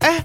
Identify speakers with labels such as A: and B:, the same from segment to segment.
A: 哎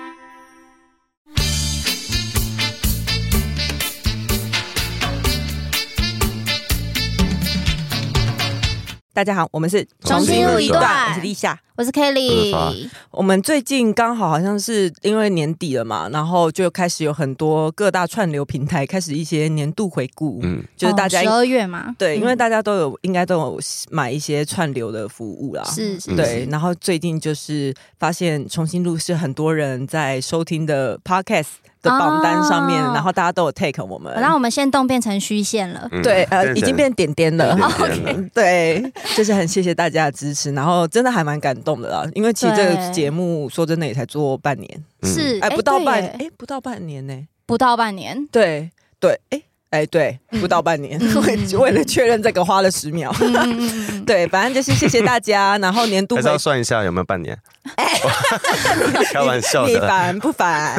B: 大家好，我们是
C: 重新录一段
B: 我是立夏。
C: 我是
D: 我
C: Kelly，
D: 是
B: 我们最近刚好好像是因为年底了嘛，然后就开始有很多各大串流平台开始一些年度回顾，
D: 嗯，
B: 就是大家、
C: 哦十二月嘛，
B: 对，因为
C: 嗯
B: 大家都有应该都有买一些串流的服务啦。
D: 嗯
C: 是是
B: 对
C: 是，，
B: 然后最近就是发现重新录是很多人在收听的 podcast 的
C: 啊
B: 榜单上面，
C: 哦
B: 然后大家都有 take 我们，
C: 我让我们先动变成虚线了。
D: 嗯
B: 对，呃，已经变哦点点了。
D: 点点了
B: 对， 就是很谢谢大家的支持，然后真的还蛮感动的啦。因为其实这个
C: 对
B: 节目说真的也才做半年，
D: 嗯
C: 是，
B: 哎，
C: 诶
B: 不到
C: 对
B: 半，
C: 耶
B: 哎，不到半年呢。
C: 不到半年，
B: 对对，哎哎，对，不到半年，
C: 嗯
B: 为为了确认这个花了十秒。
C: 嗯嗯嗯 嗯
B: 对，反正就是谢谢大家，然后年度
D: 还
B: 回
D: 是要算一下有没有半年。 开玩笑
B: 哎你
D: 的，
B: 烦不烦？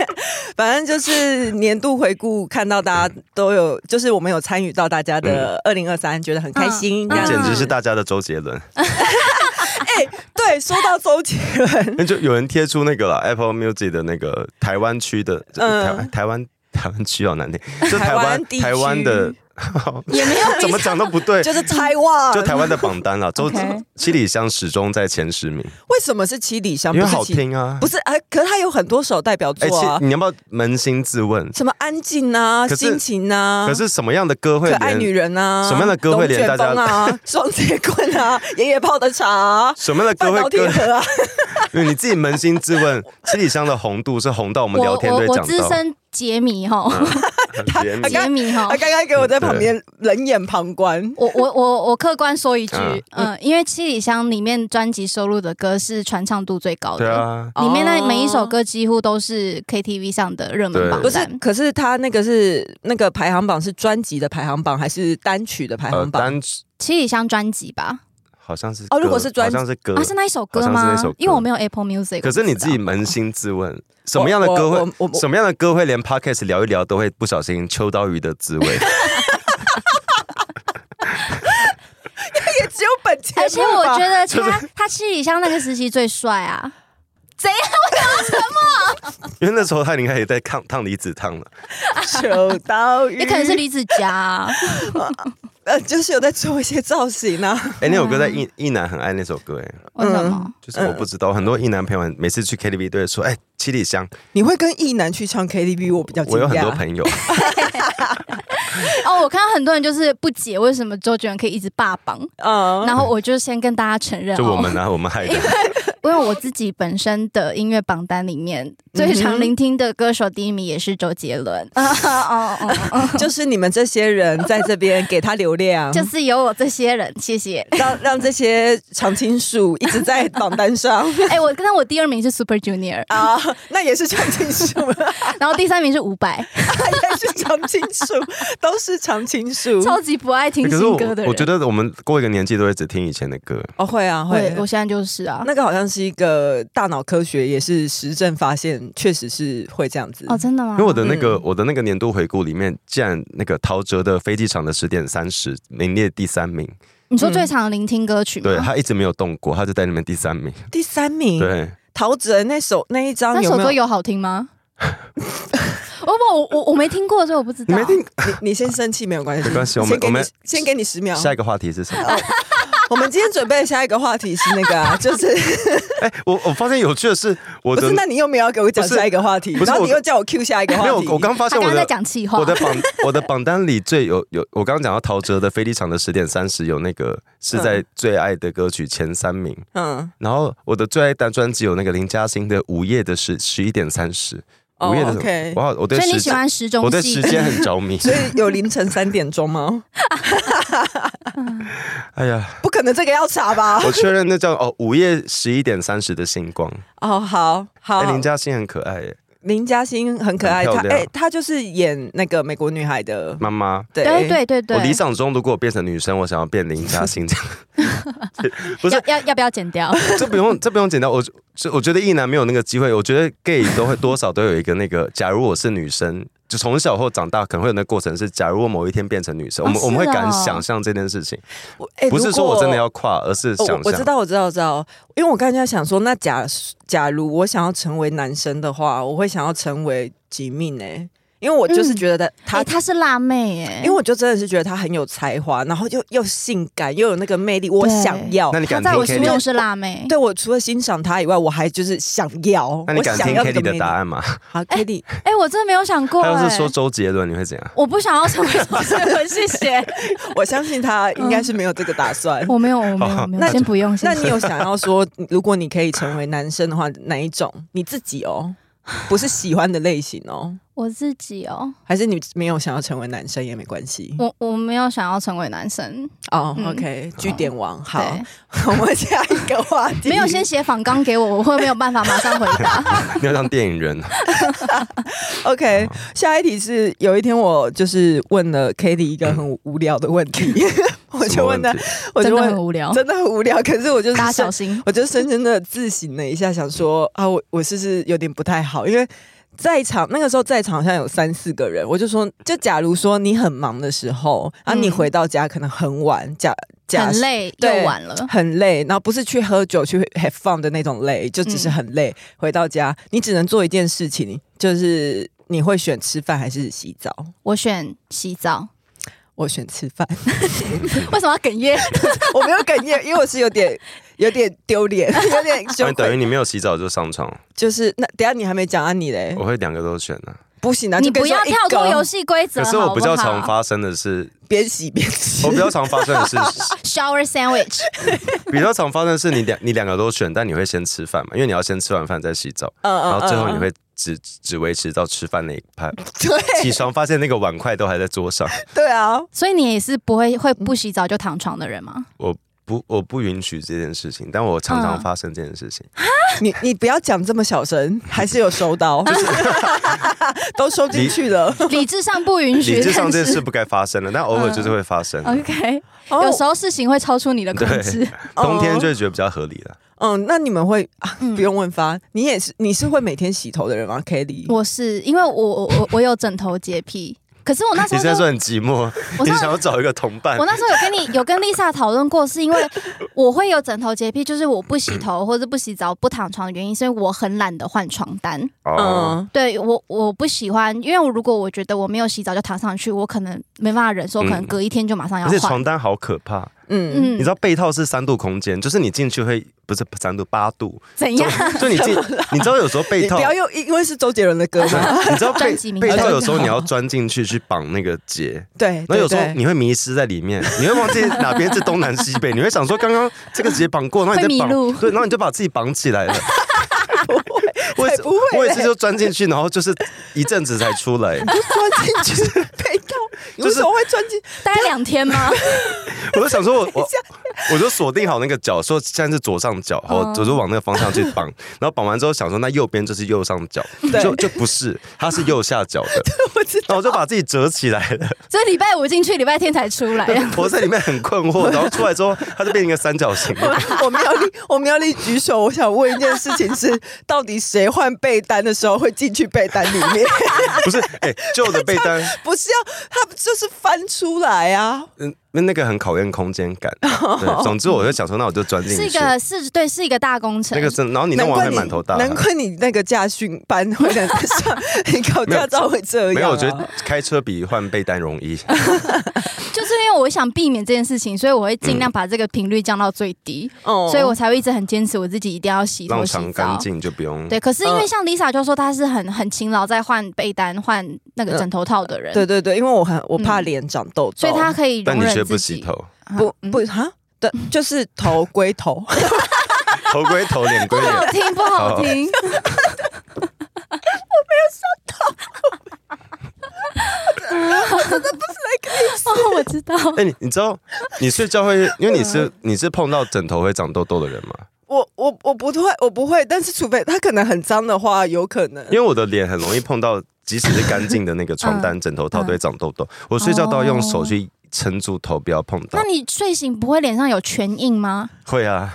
B: 反正就是年度回顾，看到大家都有，就是我们有参与到大家的二零二三，觉得很开心。
C: 嗯
B: 这样子
D: 嗯
B: 哎
D: 简直是大家的周杰伦。
B: 对，说到周杰伦，
D: 那就有人贴出那个啦 Apple Music 的那个台湾区的，
B: 嗯
D: 台湾台湾台湾区好 难听，就台
B: 台湾
D: 湾
B: 地区
D: 台湾 的，
C: 嗯 也没有
D: 怎么讲都不对，
B: 就是台湾，
D: 就台湾的榜 单啦，周
C: OK
D: 七里香始终在前十名，
B: 为什么是七里香？
D: 因为
B: 不是
D: 好
B: 七，
D: 听啊
B: 不。是哎、可是它有很多首代表
D: 哎，
B: 作啊
D: 其，你要不要扪心自问？
B: 什么安静啊，
D: 可是
B: 心情啊，
D: 可是什么样的歌会
B: 可爱女
D: 连
B: 人啊，
D: 什么样的歌会连大家
B: 龙卷风 啊，双节棍啊，爷爷泡的茶啊、
D: 什么样的歌
B: 半
D: 会
B: 岛
D: 歌
B: 铁盒 啊，
D: 因为你自己扪心自问，七里香的红度是红到我们聊
C: 我
D: 天都会
C: 我
D: 讲
C: 我
D: 到。嗯
C: 资深杰迷 吼，
D: 很甜蜜
B: 他
C: 杰迷吼
B: 他，啊刚刚给我在旁边冷眼旁观。
C: 我我我我客观说一句
D: 嗯，
C: 嗯，因为七里香里面专辑收录的歌是传唱度最高
D: 对
C: 的，
D: 啊，
C: 里面那
B: 哦
C: 每一首歌几乎都是 KTV 上的热门
D: 对
C: 榜
B: 不是
C: 单，，
B: 可是他那个是那个排行榜是专辑的排行榜还是单曲的排
D: 呃，
B: 行榜？
D: 单
C: 七里香专辑吧？
D: 好像是
B: 哦如
D: 歌
B: 果是专
D: 好像是歌
C: 啊，，是那一首歌
D: 好像
C: 吗
D: 是那首歌？
C: 因为我没有 Apple Music，
D: 可是你
C: 我不知
D: 自
C: 道
D: 己扪心自问，什么样的
B: 我
D: 歌
B: 我
D: 会
B: 我我
D: 什么样的歌会连 podcast 聊一聊都会不小心秋刀鱼的滋味？
B: 也哎只有本节目吧，
C: 而且我觉得他他七里香那个时期最帅啊！
D: 因为那时候他应该也在烫烫离子烫了，
B: 秋刀鱼，
C: 也可能是李子嘉啊、
B: 呃，就是有在做一些造型啊。
D: 哎，那首歌在一一男很爱那首歌，哎，
C: 为什么？
D: 就是我不知道，很多一男朋友每次去 KTV 都会说，哎，七里香，
B: 你会跟异男去唱 KTV，我比较惊
D: 我有很多
B: 讶。
D: 朋友，
C: 哦，我看到很多人就是不解为什么周杰伦可以一直霸榜，
B: 嗯，
C: 然后我就先跟大家承认，
D: 就我
C: 哦，
D: 们啊，我们害的，
C: 因为我自己本身的音乐榜单里面最常聆听的歌手第一名也是周杰伦，哦哦哦哦
B: 就是你们这些人在这边给他流量，
C: 就是有我这些人，谢谢。
B: 让让这些常青树一直在榜单 上
C: 哎，我跟我第二名是 Super Junior，
B: 啊，那也是常青树，啊
C: 然后第三名是伍佰，
B: 也是常青 树，都是常青树。
C: 超级不爱听
D: 哎可是
C: 新
D: 我
C: 歌的人。
D: 我觉得我们过一个年纪都会只听以前的歌，
B: 哦，会啊，会
C: 对，。我现在就是啊。
B: 那个好像是一个大脑科学，也是实证发现，确实是会这样子。
C: 哦，真的吗？
D: 因为我的那个、我的那个年度回顾里面，竟然那个陶喆的《飞机场的十点三十》名列第三名，
C: 你说最常聆听歌曲吗？
D: 对他一直没有动过，他就在那边第三名。
B: 第三
C: 嗯
B: 名，
D: 对，
B: 陶喆那首那一
D: 啊
B: 张
C: 那
B: 有
C: 首
B: 没
C: 歌
B: 有？
C: 有好听吗？ 我不，我我我没听过，所以我不知道。
D: 你没听？
B: 你你先生气没有关系，
D: 没关系我们
B: 先给你
D: 我们
B: 先给你十秒。
D: 下一个话题是什么？
B: 我们今天准备的下一个话题是那 个、啊，就是
D: 哎、 我我发现有趣的是，我
B: 不
D: 的
B: 是？那你又没有要给我讲
D: 不是
B: 下一个话题，
D: 不是
B: 然后
D: 我
B: 你又叫我 Q 下一个话
D: 没
B: 题。
D: 有，我刚发
C: 他
D: 现我
C: 刚刚在
D: 的
C: 讲气话。
D: 我的榜我的榜单里最有有，我刚刚讲到陶喆的《飞机场的十点三十》有那个是
C: 嗯
D: 在最爱的歌曲前三名，
B: 嗯，
D: 然后我的最爱单专辑有那个林嘉欣的《午夜的十十一点三十》，
B: 哦
D: 午夜的什么
B: OK
D: 我好，我对
C: 所以你
D: 时
C: 喜
D: 间，
C: 欢时钟
D: 我对
C: 系
D: 时 间很着迷。
B: 所以有凌晨三点钟吗？
D: 哎呀，
B: 不可能，这个要查 吧？
D: 我确认那叫哦，午夜十一点三十的星光。
B: 哦，好好，
D: 哎，林嘉欣很可爱耶，
B: 林嘉欣很可爱，
D: 很
B: 她
D: 漂亮
B: 哎，她就是演那个美国女孩的，
D: 妈妈。
B: 对
C: 对对对对，
D: 我理想中如果我变成女生，我想要变林嘉欣这 样。不是
C: 要，要要不要剪 掉？
D: 这不用，这不用剪掉。我是我觉得一男没有那个机会，我觉得 gay 都会多少都有一个那个。假如我是女生，就从小或长大可能会有那个过程是，假如我某一天变成女生，我们、
C: 哦
D: 我们会
C: 是哦
D: 敢想象这件事情，
B: 我哎
D: 不是
B: 如
D: 说
B: 果
D: 我真的要跨，而是
B: 哦
D: 想象。
B: 我我知道，我知道，我知道，因为我刚才在想说，那假假如我想要成为男生的话，我会想要成为吉命哎、因为我就是觉得他、
C: 哎，她是辣妹哎，
B: 因为我就真的是觉得他很有才华，然后又又性感，又有那个魅力，我
C: 对
B: 想要
D: 那。你
C: 她
D: 敢听
C: 在我
D: K
C: 心
D: D？
C: 中是辣妹。
B: 对我除了欣赏他以外，我还就是想要，
D: 那你
B: 我
D: 敢
B: 想
D: 听
B: 要
D: K
B: 这
D: D
B: 个
D: 的
B: 魅力
D: 答。案吗？
B: 好 k i t
C: 哎，我真的没有想过
D: 他要
C: 哎
D: 是。说周杰伦，你会怎样？
C: 我不想要成为周杰伦，谢谢。
B: 我相信 他应该是没有这个打算。
C: 嗯我没有，我没有，我
D: 哦
C: 没有，
B: 那
C: 先不用。先
B: 那
C: 不
B: 你
C: 用
B: 有想要说，如果你可以成为男生的话，哪一种？你自己哦，不是喜欢的类型哦。
C: 我自己哦，
B: 还是你没有想要成为男生也没关系
C: 我我没有想要成为男生，
B: 哦。
C: 嗯
B: OK，据点王，好
C: 对，，
B: 我们下一个话题。
C: 没有先写访纲给我，我会没有办法马上回 答。
D: 你要当电影人？啊
B: OK，下一
D: 嗯
B: 题是有一天我就是问了 k a t i e 一个很无聊的问题， 我
D: 嗯什
B: 就
D: 么
B: 问
D: 问
B: 他
D: 题，
B: 我
C: 真
B: 就
C: 的
B: 问
C: 很无聊，
B: 真的很无聊，可是我就是
C: 大家小
B: 深
C: 心。
B: 我就深深的自省了一下，想说啊，我我是不是有点不太好？因为在场那个时候，在场好像有三四个人，我就说，就假如说你很忙的时候，啊，
C: 嗯
B: 你回到家可能很晚，假假
C: 很累，又
B: 对
C: 晚了。
B: 很累，然后不是去喝酒去 have fun 的那种累，就只是很累。
C: 嗯
B: 回到家，你只能做一件事情，就是你会选吃饭还是洗澡？
C: 我选洗澡，
B: 我选吃 饭，
C: 为什么要哽咽？
B: 我没有哽咽，因为我是有点有点丢 脸，有点
D: 那
B: 羞
D: 哦你等于
B: 愧。
D: 你没有洗澡就上床，
B: 就是那等一下你还没讲啊，你嘞
D: 我会两个都选的、
B: 不行啊，
C: 你
B: 就跟
C: 不
B: 你说
C: 要
B: 一
C: 跳脱
B: 个
C: 游戏规则，
D: 可是我比较
C: 好不
D: 常
C: 好
D: 发生的是，
B: 边洗边吃
D: 我。比较常发生的是，
C: shower sandwich，
D: 比较常发生的是你两你两个都选，但你会先吃饭嘛？因为你要先吃完饭再洗澡。
B: 嗯
D: 然后最后你
B: 嗯
D: 会只只维持到吃饭那一派，
B: 对
D: 起床发现那个碗筷都还在桌上，
B: 对啊，
C: 所以你也是不会会不洗澡就躺床的 人吗？
D: 不，我不允许这件事情，但我常常
C: 嗯
D: 发生这件事情。
B: 你你不要讲这么小声，还是有收 到， 都收进去了。
C: 理智上不允 许，
D: 理智上这件
C: 但
D: 事
C: 是嗯
D: 不该发生 的，但偶尔就是会发生。
C: OK，
B: 哦
C: 有时候事情会超出你的控制
D: 对。， 冬天就会觉得比较合理了。
C: 哦
B: 嗯，那你们会、啊、
C: 嗯
B: 不用问发，你也是你是会每天洗头的人吗？Kelly，
C: 我是因为我我我我有枕头洁癖，可是我那时
D: 你现
C: 候
D: 在
C: 就
D: 说很寂寞，
C: 我
D: 你
C: 上
D: 想要找一个同伴
C: 我。那时候有跟 你有跟 Lisa 讨论过，是因为我会有枕头洁癖，就是我不洗头或者不洗澡、不躺床的原因，是因为我很懒得换床单。
D: 哦，
B: 嗯，
C: 对我我不喜欢，因为我如果我觉得我没有洗澡就躺上去，我可能没办法忍受，
D: 嗯
C: 可能隔一天就马上要
D: 而且
C: 换
D: 床。单好可怕，
B: 嗯，
C: 嗯
D: 你知道被套是三度空间，就是你进去会不是三度八度，
C: 怎
D: 就
C: 样？
D: 就你进，你知道有时候
B: 嗯
D: 被
B: 你
D: 套哦
B: 不要用，因为是周杰伦的歌嘛，
D: 你知道被
C: 专辑名
D: 被套
B: 称
D: 有时候你要钻进去去绑那个结，
B: 对，
D: 然后
B: 对
D: 有时候
B: 哎对
D: 你会迷失在里面， 你会忘记哪边是东南西北，你会想说刚刚这个直接绑过，然后你再
C: 会迷路
D: 绑，对，然后你就把自己绑起 来了。我也是
B: 才不会嘞
D: 我也是就钻进去，然后就是一阵子才出 来。
B: 钻进 去被套，你为什么会钻进？
C: 大概两天 吗？
D: 我就想说我，我我就锁定好那个脚，说现在是左上角，好，
C: 嗯
D: 我就往那个方向去绑。然后绑完之后想说，那右边就是右上角，
B: 对
D: 就就不是，它是右下角 的。
B: 我知
D: 然后
B: 道
D: 我就把自己折起来了，
C: 所以礼拜五进去，礼拜天才出来。
B: 哎
D: 我在里面很困惑，然后出来之后，它就变成一个三 角形。
B: 我我妙丽，我妙丽举手，我想问一件事情是，到底谁换被单的时候会进去被单里面？
D: 不是，哎、旧的被单，
B: 不是要他就是翻出来啊，
D: 嗯，那那个很考验空间感。啊 对，总之我就想说，那我就钻进
C: 是一
D: 去。
C: 个是对，是一个大工程。
D: 那个真，然后你弄完会满头大啊汗
B: 难。怪你那个驾训班会能上，你考驾照会这样、啊。
D: 没有，我觉得开车比换被单容易。
C: 就是因为我想避免这件事情，所以我会尽
D: 嗯
C: 量把这个频率降到最低，
B: 哦
C: 所以我才会一直很坚持我自己一定要洗头
D: 让
C: 洗
D: 床
C: 澡
D: 干。净就不用。
C: 对，可是因为像 Lisa 就说她是很很勤劳在换被单、换那个枕头套的人，嗯
B: 对对对，因为我很我怕脸长痘痘，
C: 所以嗯她可以
D: 但
C: 容
D: 你却
C: 忍
D: 不
C: 自
D: 洗
C: 己。
D: 头，
B: 不不哈。对，就是头归头，
D: 头归头，脸归
C: 啊不好
D: 脸。
C: 听，不好听。我知道，
D: 哎、你你知道你睡觉会，因为你是你是碰到枕头会长痘痘的人吗？
B: 我我我不会，我不会，但是除非它可能很脏的话，有可能
D: 因。为我的脸很容易碰到，即使是干净的那个床
C: 嗯
D: 单、枕头套都会长痘痘。我睡觉都要用手去撑住头，不要碰到
C: 那。你睡醒不会脸上有全印吗？
D: 会啊，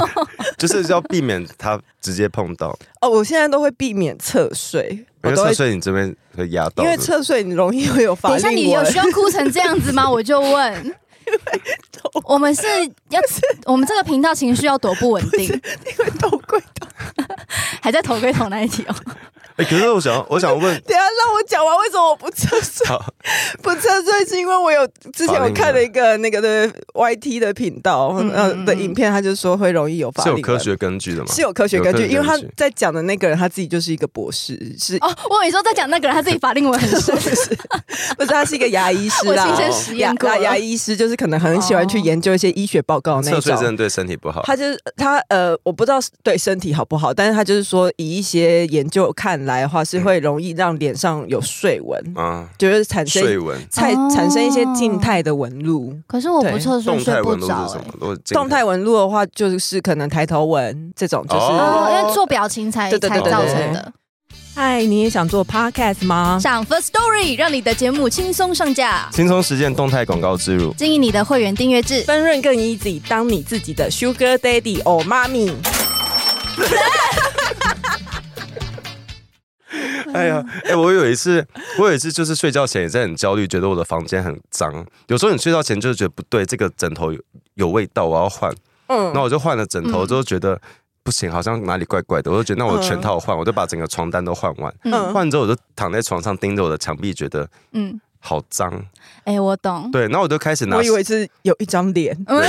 D: 就是要避免它直接碰到，
B: 哦，我现在都会避免侧睡，
D: 因
B: 我
D: 为
B: 都会
D: 侧，睡你这边会压到
B: 因
D: 的。
B: 为侧睡你容易会有法
C: 等
B: 令
C: 一下，你
B: 纹
C: 有需要哭成这样子吗？我就问。我们是要，我们这个频道情绪要多不稳定，
B: 因为 头盔痛。
C: 还在头盔头那一题哦。
D: 哎、可是我想我想 问，
B: 等一下让我讲完，为什么我不侧 睡？
D: 好
B: 不侧睡是因为我有之前我看了一个那个的 YT 的频道，
C: 嗯
B: 呃
C: 嗯
B: 的影片，他就说会容易有法
D: 是
B: 令
D: 有
B: 纹。
D: 科学根据的吗？
B: 是有科学
D: 有
B: 根
D: 科
B: 据，
D: 学
B: 因为他
D: 根据
B: 在讲的那个人他自己就是一个博士，是
C: 哦，我有时候在讲那个人，他自己法令纹很深。
B: 不是他是一个牙医师啦？
C: 我亲身实验
B: 牙
C: 过
B: 牙牙医师就是可能很喜欢去
C: 哦
B: 研究一些医学报告的那
D: 侧
B: 一
D: 睡
B: 种。
D: 真的对身体不好。
B: 他就是他呃，我不知道是对身体好不好，但是他就是说，以一些研究看来的话，是会容易让脸上有睡纹，
D: 啊，
B: 就是产
D: 睡
B: 生
D: 纹、
B: 产
C: 哦
B: 产生一些静态的纹路。
C: 可是我不侧睡
D: 动
C: 睡
D: 态
C: 不
D: 纹路是
C: 着、
D: 什
C: 欸
D: 么，？如果静
B: 哎动态纹路的话，就是可能抬头纹这种，就是。
D: 哦
C: 哦，因为做表情才
B: 对对
C: 才
B: 对
D: 对
C: 造
D: 对
C: 成的。
B: 嗨，你也想做 podcast 吗？
C: 上 First Story 让你的节目轻松上架，
D: 轻松实践动态广告植 入。
C: 经营你的会员订阅制。
B: 分润更 easy，当你自己的 sugar daddy 或妈咪。
D: 哎呀，哎、我有一次，我有一次就是睡觉前也在很焦虑，觉得我的房间很脏。有时候你睡觉前就是觉得不对，这个枕头有有味道，我要换。
B: 嗯嗯
D: 那我就换了枕头，
C: 嗯
D: 之后觉得不行，好像哪里怪怪的，我就觉得那我全套换，我就把整个床单都换完。
C: 嗯
D: 换完之后，我就躺在床上盯着我的墙壁，觉得
C: 嗯，
D: 好脏。
C: 哎、我懂。
D: 对，那我就开始拿
B: 我，以为是有一张脸，
C: 嗯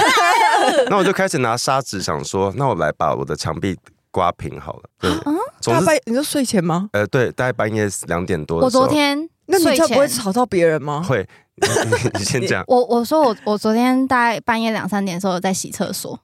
D: 那我就开始拿砂纸，想说，那我来把我的墙壁刮平好了。对，总
B: 啊大
D: 之，
B: 半你说睡前吗？
D: 呃，对，大概半夜两点多
C: 我
D: 的时候，
C: 昨天
B: 那你
C: 睡
B: 这样
C: 前，
B: 不会吵到别人吗？
D: 会， 你先 讲。
C: 我我说我我昨天大概半夜两三点的时候在洗厕 所，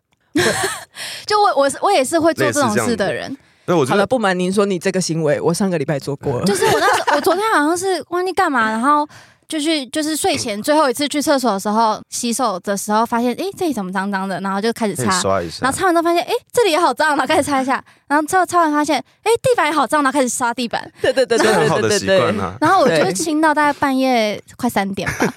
C: 就我我是我也是会做这种事的人，
D: 那我觉
B: 好
D: 得
B: 了，不瞒您说，你这个行为我上个礼拜做过了。
C: 就是我那时候我昨天好像是忘记 干嘛，然后。就去就是睡前最后一次去厕所的时候，洗手的时候发现，诶，这里怎么脏脏的，然后就开始
D: 可以
C: 擦，
D: 刷一下
C: 然后。擦完之后发现，诶，这里也好脏，然后开始擦一下，然后擦擦完发现，诶，地板也好脏，然后开始刷地板，
B: 对对对
D: 这
B: 对
D: 很好
B: 对
D: 的
B: 对
D: 习惯
B: 对
D: 啊。
C: 然后我就
B: 对
C: 清到大概半夜快三点吧，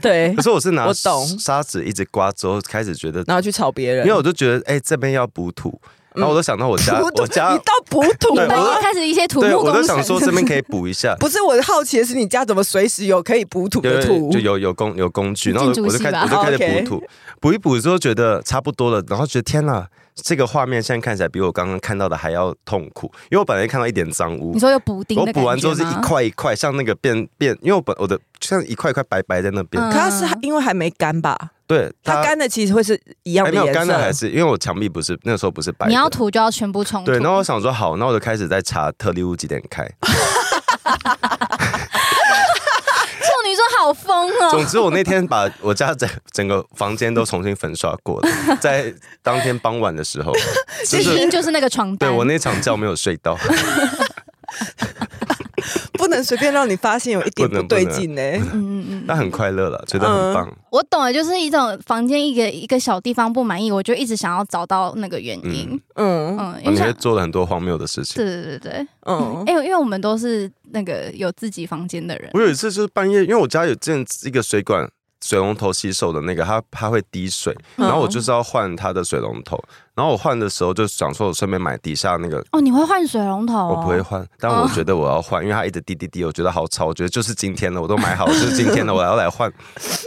B: 对
D: 可，是我是拿
B: 我懂
D: 砂纸一直刮之后，开始觉得，
B: 然后去吵别人，
D: 因为我就觉得，哎、这边要补土，然后我都想到我家，
B: 补土，
D: 我家
B: 你，到补土
D: 对
C: 半
D: 我
B: 吗，
C: 夜
D: 都？
C: 开始一些土
D: 对
C: 木
D: 我
C: 工
D: 都
C: 程。
D: 想说这边可以补一下
B: 不是，我好奇的是你家怎么随时有可以补 土
D: 有
B: 的土
D: 有？就有有工有工具，然后我就
C: 建筑
D: 我就
C: 系
D: 开始
C: 吧哦
D: 我就开始
B: OK
D: 补土，补一补之后觉得差不多了，然后觉得天哪，这个画面现在看起来比我刚刚看到的还要痛苦，因为我本来看到一点脏污
C: 你，说有补丁
D: 我
C: 的感
D: 补
C: 觉吗？
D: 完之后是一块一块，像那个变变，因为我本我的像一块一块白白在那边，
C: 嗯
B: 可它是因为还没干吧？
D: 对
B: 它干的其实会是一样
D: 还
B: 的
D: 没
B: 颜
D: 有
B: 色。
D: 干的还是因为我墙壁不是那时候不是白的，
C: 你要涂就要全部冲涂。
D: 对，然后我想说好，那我就开始在查特例屋几点 开。
C: 处女座好疯
D: 总
C: 哦，
D: 之，我那天把我家整整个房间都重新粉刷过 了，在当天傍晚的时候，就
C: 原因
D: 是
C: 就是那个床
D: 对
C: 单。
D: 我那场觉没有睡到，
B: 不能随便让你发现有一点
D: 不能
B: 对劲呢。
C: 嗯嗯 嗯，
D: 但很快乐了，觉得很棒。
C: 我懂了，就是一种房间一个一个小地方不满意，我就一直想要找到那个原因。
B: 嗯
C: 嗯，
D: 哦你哦
C: 因为
D: 会
C: 像
D: 做了很多荒谬的事情。
C: 对对对对，
B: 嗯，
C: 哎，因为我们都是那个有自己房间的人，
D: 我有一次就是半夜，因为我家有建一个水管水龙头洗手的那个，它它会滴水，
B: 嗯
D: 然后我就是要换它的水龙头，然后我换的时候就想说，我顺便买底下那个。
C: 哦，你会换水龙头
D: 我
C: 哦？
D: 不会换，但我觉得我要换，因为它一直滴滴滴，我觉得好吵，我觉得就是今天了，我都买好，就是今天了，我要来换，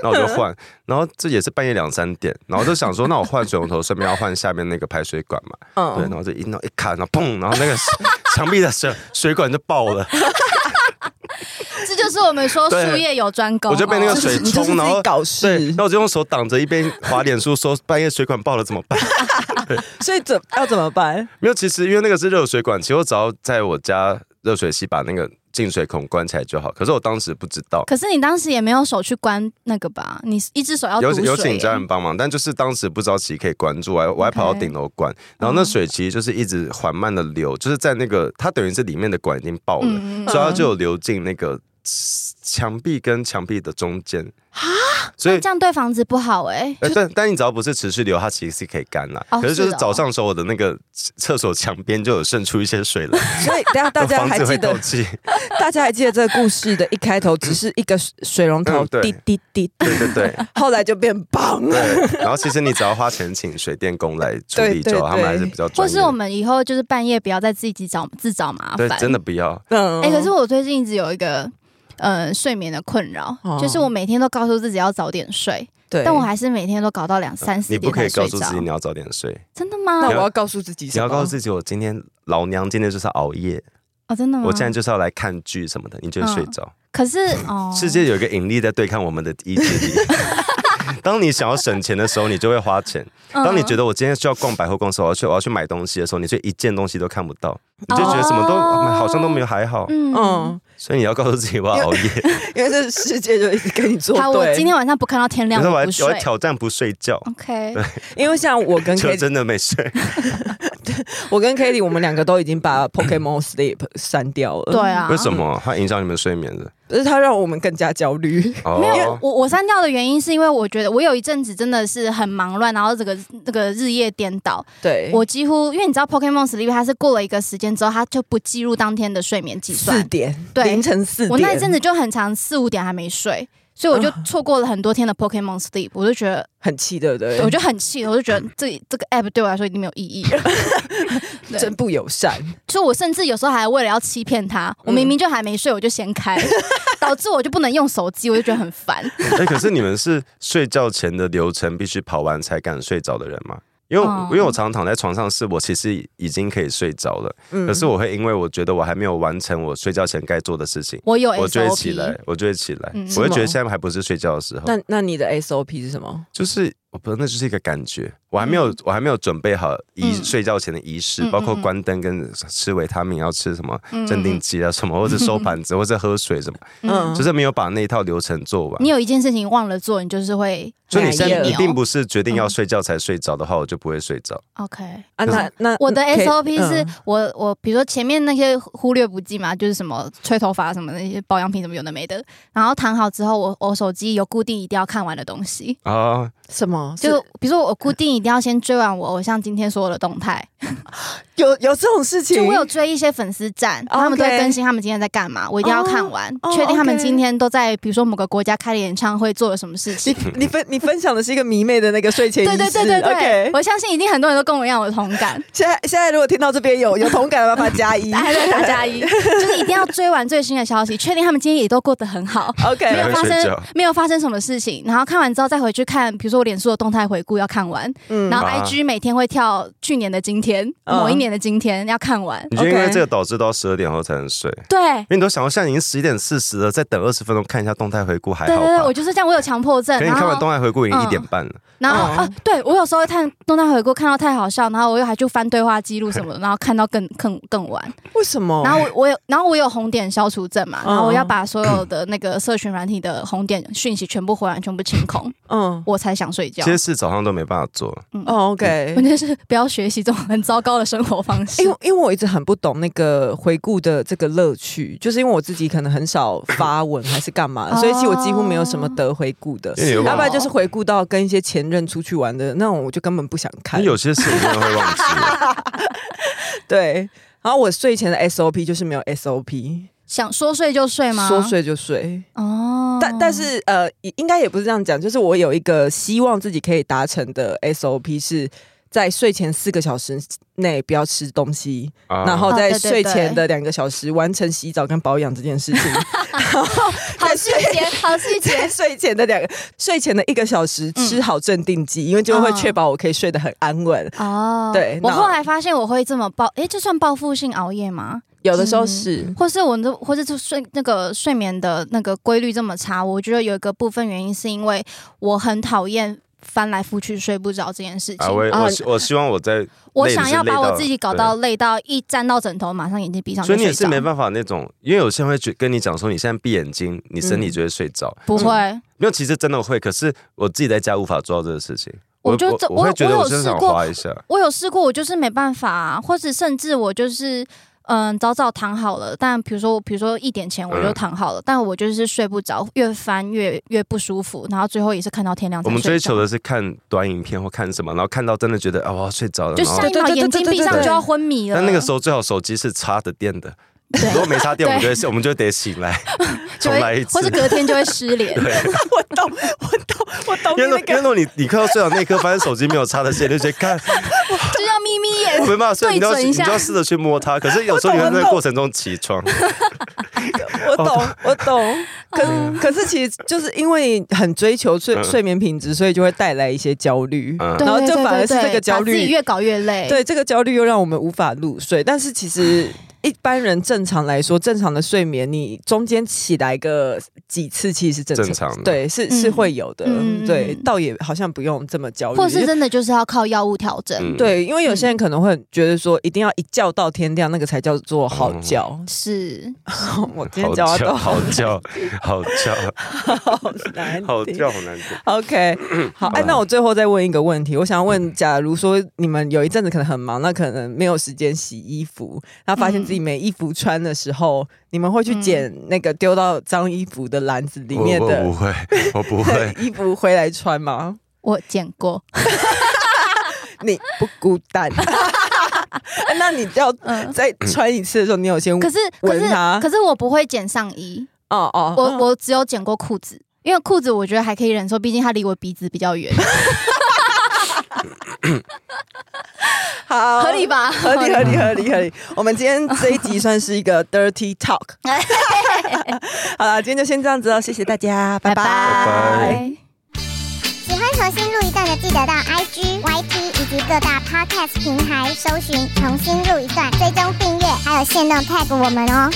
D: 那我就换，然后这也是半夜两三点，然后就想说，那我换水龙头，顺便要换下面那个排水管嘛，对，然
B: 嗯，
D: 后就一弄一卡，然后砰，然后那个墙壁的水水管就爆了，
C: 这就是我们说
D: 对
C: 术业有专攻。哦
D: 我就被那个水
B: 你就是
D: 冲，
B: 自
D: 然
B: 己
D: 后
B: 搞
D: 对，
B: 事
D: 那，我就用手挡着，一边滑脸书说半夜水管爆了怎么办？
B: 所以怎要怎么办？
D: 没有，其实因为那个是热水管，其实我只要在我家热水器把那个进水孔关起来就好，可是我当时不知道。
C: 可是你当时也没有手去关那个吧？你一只手要
D: 有
C: 堵水欸
D: 有请家人帮忙，但就是当时不知道其实可以关住，我还我还跑到顶楼关，然
C: 哦
D: 后那水其实就是一直缓慢的流，就是在那个它等于是里面的管已经爆了，
C: 嗯嗯嗯
D: 所以它就有流进那个墙壁跟墙壁的中间，
C: 啊
D: 所以
C: 这样对房子不好哎、
D: 呃，但但你只要不是持续流，它其实是可以干啦。
C: 哦
D: 可是就是
C: 是哦
D: 早上的时候，我的那个厕所墙边就有渗出一些水来，
B: 所以大家大家
D: 房
B: 还
D: 子
B: 记
D: 会透
B: 得，
D: 气。
B: 大家还记得这个故事的一开头只是一个水水龙头
D: 嗯对
B: 滴滴滴，
D: 对对对
B: 后来就变棒了。
D: 对。然后其实你只要花钱请水电工来处理
B: 对
D: 就
B: 对
D: 好，他们还是
B: 对
D: 比较
C: 或
D: 专业。
C: 是我们以后就是半夜不要再自己找自找麻
D: 对
C: 烦，
D: 真的不要，
B: 嗯
C: 哎、可是我最近一直有一个呃睡眠的困扰，
B: 哦
C: 就是我每天都告诉自己要早点睡，
B: 对，
C: 但我还是每天都搞到两三四
D: 你不
C: 点
D: 可
C: 才
D: 以告
C: 睡
D: 诉
C: 着哦
D: 自己。你要早点睡，
C: 真的
B: 那
C: 吗
B: 我？要告诉自己什
D: 你
B: 么，
D: 要告诉自己我今天老娘今天就是要熬夜，
C: 哦，真的吗？
D: 我现在就是要来看剧什么的，你就会
C: 嗯
D: 睡着。
C: 可 是哦，
D: 世界有一个引力在对抗我们的意志力。 当你想要省钱的时候，你就会花钱；当你觉
C: 得
D: 得我今天需要逛百货公司，我要去我要去买东西的时候，你却一件东西都看不到，你就觉得什么都、
C: 哦
D: 好像都没有还好。
C: 嗯
B: 嗯，
D: 所以你要告诉自己 我要熬夜，
B: 因为这世界就一直跟你作
C: 好，我
B: 对。
C: 今天晚上不看到天
D: 你
C: 亮
D: 说我
C: 我
D: 要
C: 不
D: 我
C: 睡哦
D: 要。挑战不睡觉，
C: OK，
B: 因为像我 跟 K
D: 就真的没睡。
B: 我跟 Kitty，我们两个都已经把 Pokemon Sleep 删掉了。
C: 对，啊，
D: 为什？么它影响你们睡眠的？
B: 可是它让我们更加焦 虑。
C: 没有
B: 啊
D: 哦，
C: 我我删掉的原因是因为我觉得我有一阵子真的是很忙乱，然后这个这个日夜颠倒，
B: 对，
C: 我几乎因为你知道 Pokemon Sleep 它是过了一个时间之后，它就不计入当天的睡眠计
B: 四
C: 算。
B: 点，
C: 对
B: 凌晨四点，
C: 我那一阵子就很长四五点还没睡，所以我就
B: 啊
C: 错过了很多天的 Pokemon Sleep，我就觉得
B: 很气，对不对？
C: 我就很气，我就觉得这这个 app 对我来说已经没有意义了。 对
B: 真不友善。
C: 所以我甚至有时候还为了要欺骗他，我
B: 嗯
C: 明明就还没睡，我就先开， 导致我就不能用手机，我就觉得很烦。
D: 哎，可是你们是睡觉前的流程必须跑完才敢睡着的人吗？因为、
C: 哦
D: 因为我常躺在床上，是我其实已经可以睡着了，
B: 嗯
D: 可是我会因为我觉得我还没有完成我睡觉前该做的事情，
C: 我有
D: 我就会起
C: SOP，
D: 来，我就会起来，
C: 嗯
D: 我会觉得现在还不是睡觉的时候，
B: 那那你的 SOP 是什么？
D: 就是我哦不知道，那就是一个感觉，我还没有、我还没有准备好仪、
C: 嗯
D: 睡觉前的仪式，
C: 嗯嗯
D: 包括
C: 嗯
D: 关灯跟吃维他命，要吃什么
C: 嗯
D: 镇定剂啊什么，或者收盘 子，或者喝水什么，
B: 嗯
D: 就是没有把那一套流程做完
C: 你。有一件事情忘了做，你就是会
D: 所以你现在
B: 哎
D: 你
B: 呀
D: 并不是决
C: 嗯
D: 定要睡觉才睡着的话，我就不会睡着。
C: OK。
B: 啊，那那
C: 我的 SOP
B: 嗯
C: 是我我比如说前面那些忽略不计嘛，就是什么吹头发什么那些保养品什么有的没的，然后躺好之后，我我手机有固定一定要看完的东西，
D: 啊，
B: 什么？
C: 就
B: 就是
C: 比如说我
B: 嗯
C: 固定一定要先追完我偶像今天所有的动态，
B: 有有这种事情，
C: 就我有追一些粉丝站，
B: OK 哦
C: 他们都会更新他们今天在干嘛，我一定要看完，确定他们
B: OK
C: 今天都在比如说某个国家开了演唱会，做了什么事情
B: 你。你分你分享的是一个迷妹的那个睡前仪
C: 对
B: 式，
C: 对对对对
B: OK，
C: 我相信一定很多人都跟我一样有同感。
B: 现在现在如果听到这边有有同感 的，麻烦加一。
C: 大家打 加一，就是一定要追完最新的消息，确定他们今天也都过得很好，没
B: OK，
C: 有
D: 才
C: 发
D: 会睡
C: 生
D: 觉
C: 没有发生什么事情，然后看完之后再回去看，比如说我脸书的动态回顾要看完，
B: 嗯
C: 然后
D: 啊
C: IG 每天会跳去年的今天，
B: 嗯
C: 啊某一年的今天要看完，
D: 你就因为
B: OK
D: 这个导致到十二点后才能睡，
C: 对。
D: 因为你都想到现在已经十一点四十了，再等二十分钟看一下动态回顾还
C: 对
D: 好
C: 对对，
D: 吧
C: 我？就是这样，我有强迫症。
D: 可是你
C: 然
D: 看完
C: 后，
D: 动态回顾已经
C: 嗯
D: 一点半了，
C: 然后
B: 哦
C: 啊，对我有时候会看动态回顾，看到太好笑，然后我又还去翻对话记录什么的，然后看到更更更晚。
B: 为什么？
C: 然后我我有，然后我有红点消除症嘛，
B: 嗯
C: 然后我要把所有的那个社群软体的红点讯息全部回完，全部清空，
B: 嗯。
C: 我才想睡觉
D: 这。些事早上都没办法做。
C: 嗯
B: 哦、o k
C: 我就是不要学习这种很糟糕的生活方式
B: 因。为因为我一直很不懂那个回顾的这个乐趣，就是因为我自己可能很少发文还是干
C: 哦
B: 嘛，所以其实我几乎没有什么得回顾的
D: 因。为你会
B: 要不
D: 忘
B: 然就是回顾到跟一些前任出去玩的那种，我就根本不想看。
D: 你有些事情真的会忘记。
B: 对，然后我睡前的 SOP 就是没有 SOP，
C: 想说睡就睡吗？
B: 说睡就睡。
C: 哦，
B: 但但是呃，也应该也不是这样讲，就是我有一个希望自己可以达成的 SOP 是。在睡前四个小时内不要吃东西，然
D: 然
B: 后
C: 哦
B: 在
C: 对对
B: 睡
C: 对
B: 前的两个小时完成洗澡跟保养这件事情，
C: 好细节，好 细
B: 在
C: 节。
B: 睡前的两个睡前的一个小时吃好镇定剂，因为就会
C: 嗯
B: 确保我可以睡得很安稳。
C: 哦，
B: 对
C: 我
B: 然后
C: 后来发现我会这么报，诶，这算报复性熬夜吗？
B: 有的时候是，
C: 或是我的，或是就睡那个睡眠的那个规律这么差，我觉得有一个部分原因是因为我很讨厌翻来覆去睡不着这件事情。
D: 啊，我
B: 啊
D: 我希我希望我在，
C: 哦我
D: 累
C: 想
D: 是
C: 要
D: 累
C: 把我
D: 到
C: 自己搞
D: 对
C: 到累到一沾到枕头，马上眼睛闭上就
D: 所
C: 睡
D: 以
C: 着。
D: 你也是没办法那种，因为有些人会觉跟你讲说，你现在闭眼睛，你身
C: 嗯
D: 体就会睡着。
C: 不会，
D: 没有，其实真的会，可是我自己在家无法做到这个事情。
C: 我
D: 我
C: 就这
D: 我
C: 我
D: 会
C: 有
D: 觉得
C: 我有
D: 我身
C: 试
D: 上
C: 过
D: 滑一下，
C: 我有试过，我就是没办法、啊，或者甚至我就是嗯早早躺好了，但比如说我比如说一点前我就
D: 嗯
C: 躺好了，但我就是睡不着，越翻越越不舒服，然后最后也是看到天亮才
D: 我们
C: 睡
D: 追
C: 着
D: 求的是看短影片或看什么，然后看到真的觉得啊，我要睡着了。
C: 就
D: 然后
C: 下一秒
B: 对对对
C: 眼睛
B: 对对
C: 闭上
D: 对
C: 就要昏迷了。
D: 但那个时候最好手机是插着电 的，
C: 对
D: 如果没插电，我们就
C: 对
D: 会我们就得醒来，
C: 就
D: 重来一
C: 会，
D: 次
C: 或。是隔天就 会失联。
D: 对，
B: 我懂，我懂，我懂
D: 因为
B: 你那
D: 那因为
B: 个。
D: 如果你你看到睡着那一刻，发现手机没有插的线，就觉得看
C: 就要眯眯 眼
D: 我没办法睡，你就要
C: 对准
D: 你
C: 一下
D: 就要试着去摸它。可是有时候你会在那个过程中 起床，
B: 我懂，
D: 哦
B: 我 懂。
C: 嗯
B: 可可是，其实就是因为你很追求睡
D: 嗯
B: 睡眠品质，所以就会带来一些焦虑。
D: 嗯
C: 对
B: 然后就
C: 对
B: 反而是
C: 对
B: 这个
C: 对
B: 焦
C: 把自己
B: 虑
C: 越搞越累。
B: 对，这个焦虑又让我们无法入睡。但是其 实一般人正常来说，正常的睡眠，你中间起来个几次，其实是正常
D: 正常的
B: 对，是是
C: 嗯
B: 会有的。
C: 嗯
B: 对，倒也好像不用这么焦虑。
C: 或是真的就是要靠药物调整。
D: 嗯
B: 对，因为有些人可能会觉得说，一定要一觉到天亮，那个才叫做好觉。
C: 是，
B: 我今天
D: 哦好
B: 讲话都
D: 叫好叫 好叫
B: 好难听。
D: 好叫好难听。
B: OK，好，哎，那我最后再问一个问题，我想
D: 嗯
B: 问，假如说你们有一阵子可能很忙，那可能没有时间洗衣服，然后发现
D: 嗯
B: 自己没衣服穿的时候，你们会去捡那个丢到脏衣服的篮子里
D: 我
B: 面
D: 我不
B: 的。
D: 会，我不会
B: 衣服回来穿 吗？
C: 我见过，
B: 你不孤 单。 哎那你要
C: 嗯，
B: 再穿一次的时候，你有先
C: 可是可是
B: 嗯闻它
C: 可是我不会剪上衣，
B: 哦哦，
C: 我我只有剪过裤子，因为裤子我觉得还可以忍受，毕竟它离我鼻子比较远，
B: 好哦
C: 合理吧？
B: 合理合理合理合理。我们今天这一集算是一个 dirty talk。好了，今天就先这样子哦，谢谢大家，拜拜。
D: 拜。
E: 喜欢重新录一段的，记得到 IG、YT 以及各大 Podcast 平台搜寻“重新录一段”，追踪订阅，还有限定 tag 我们哦。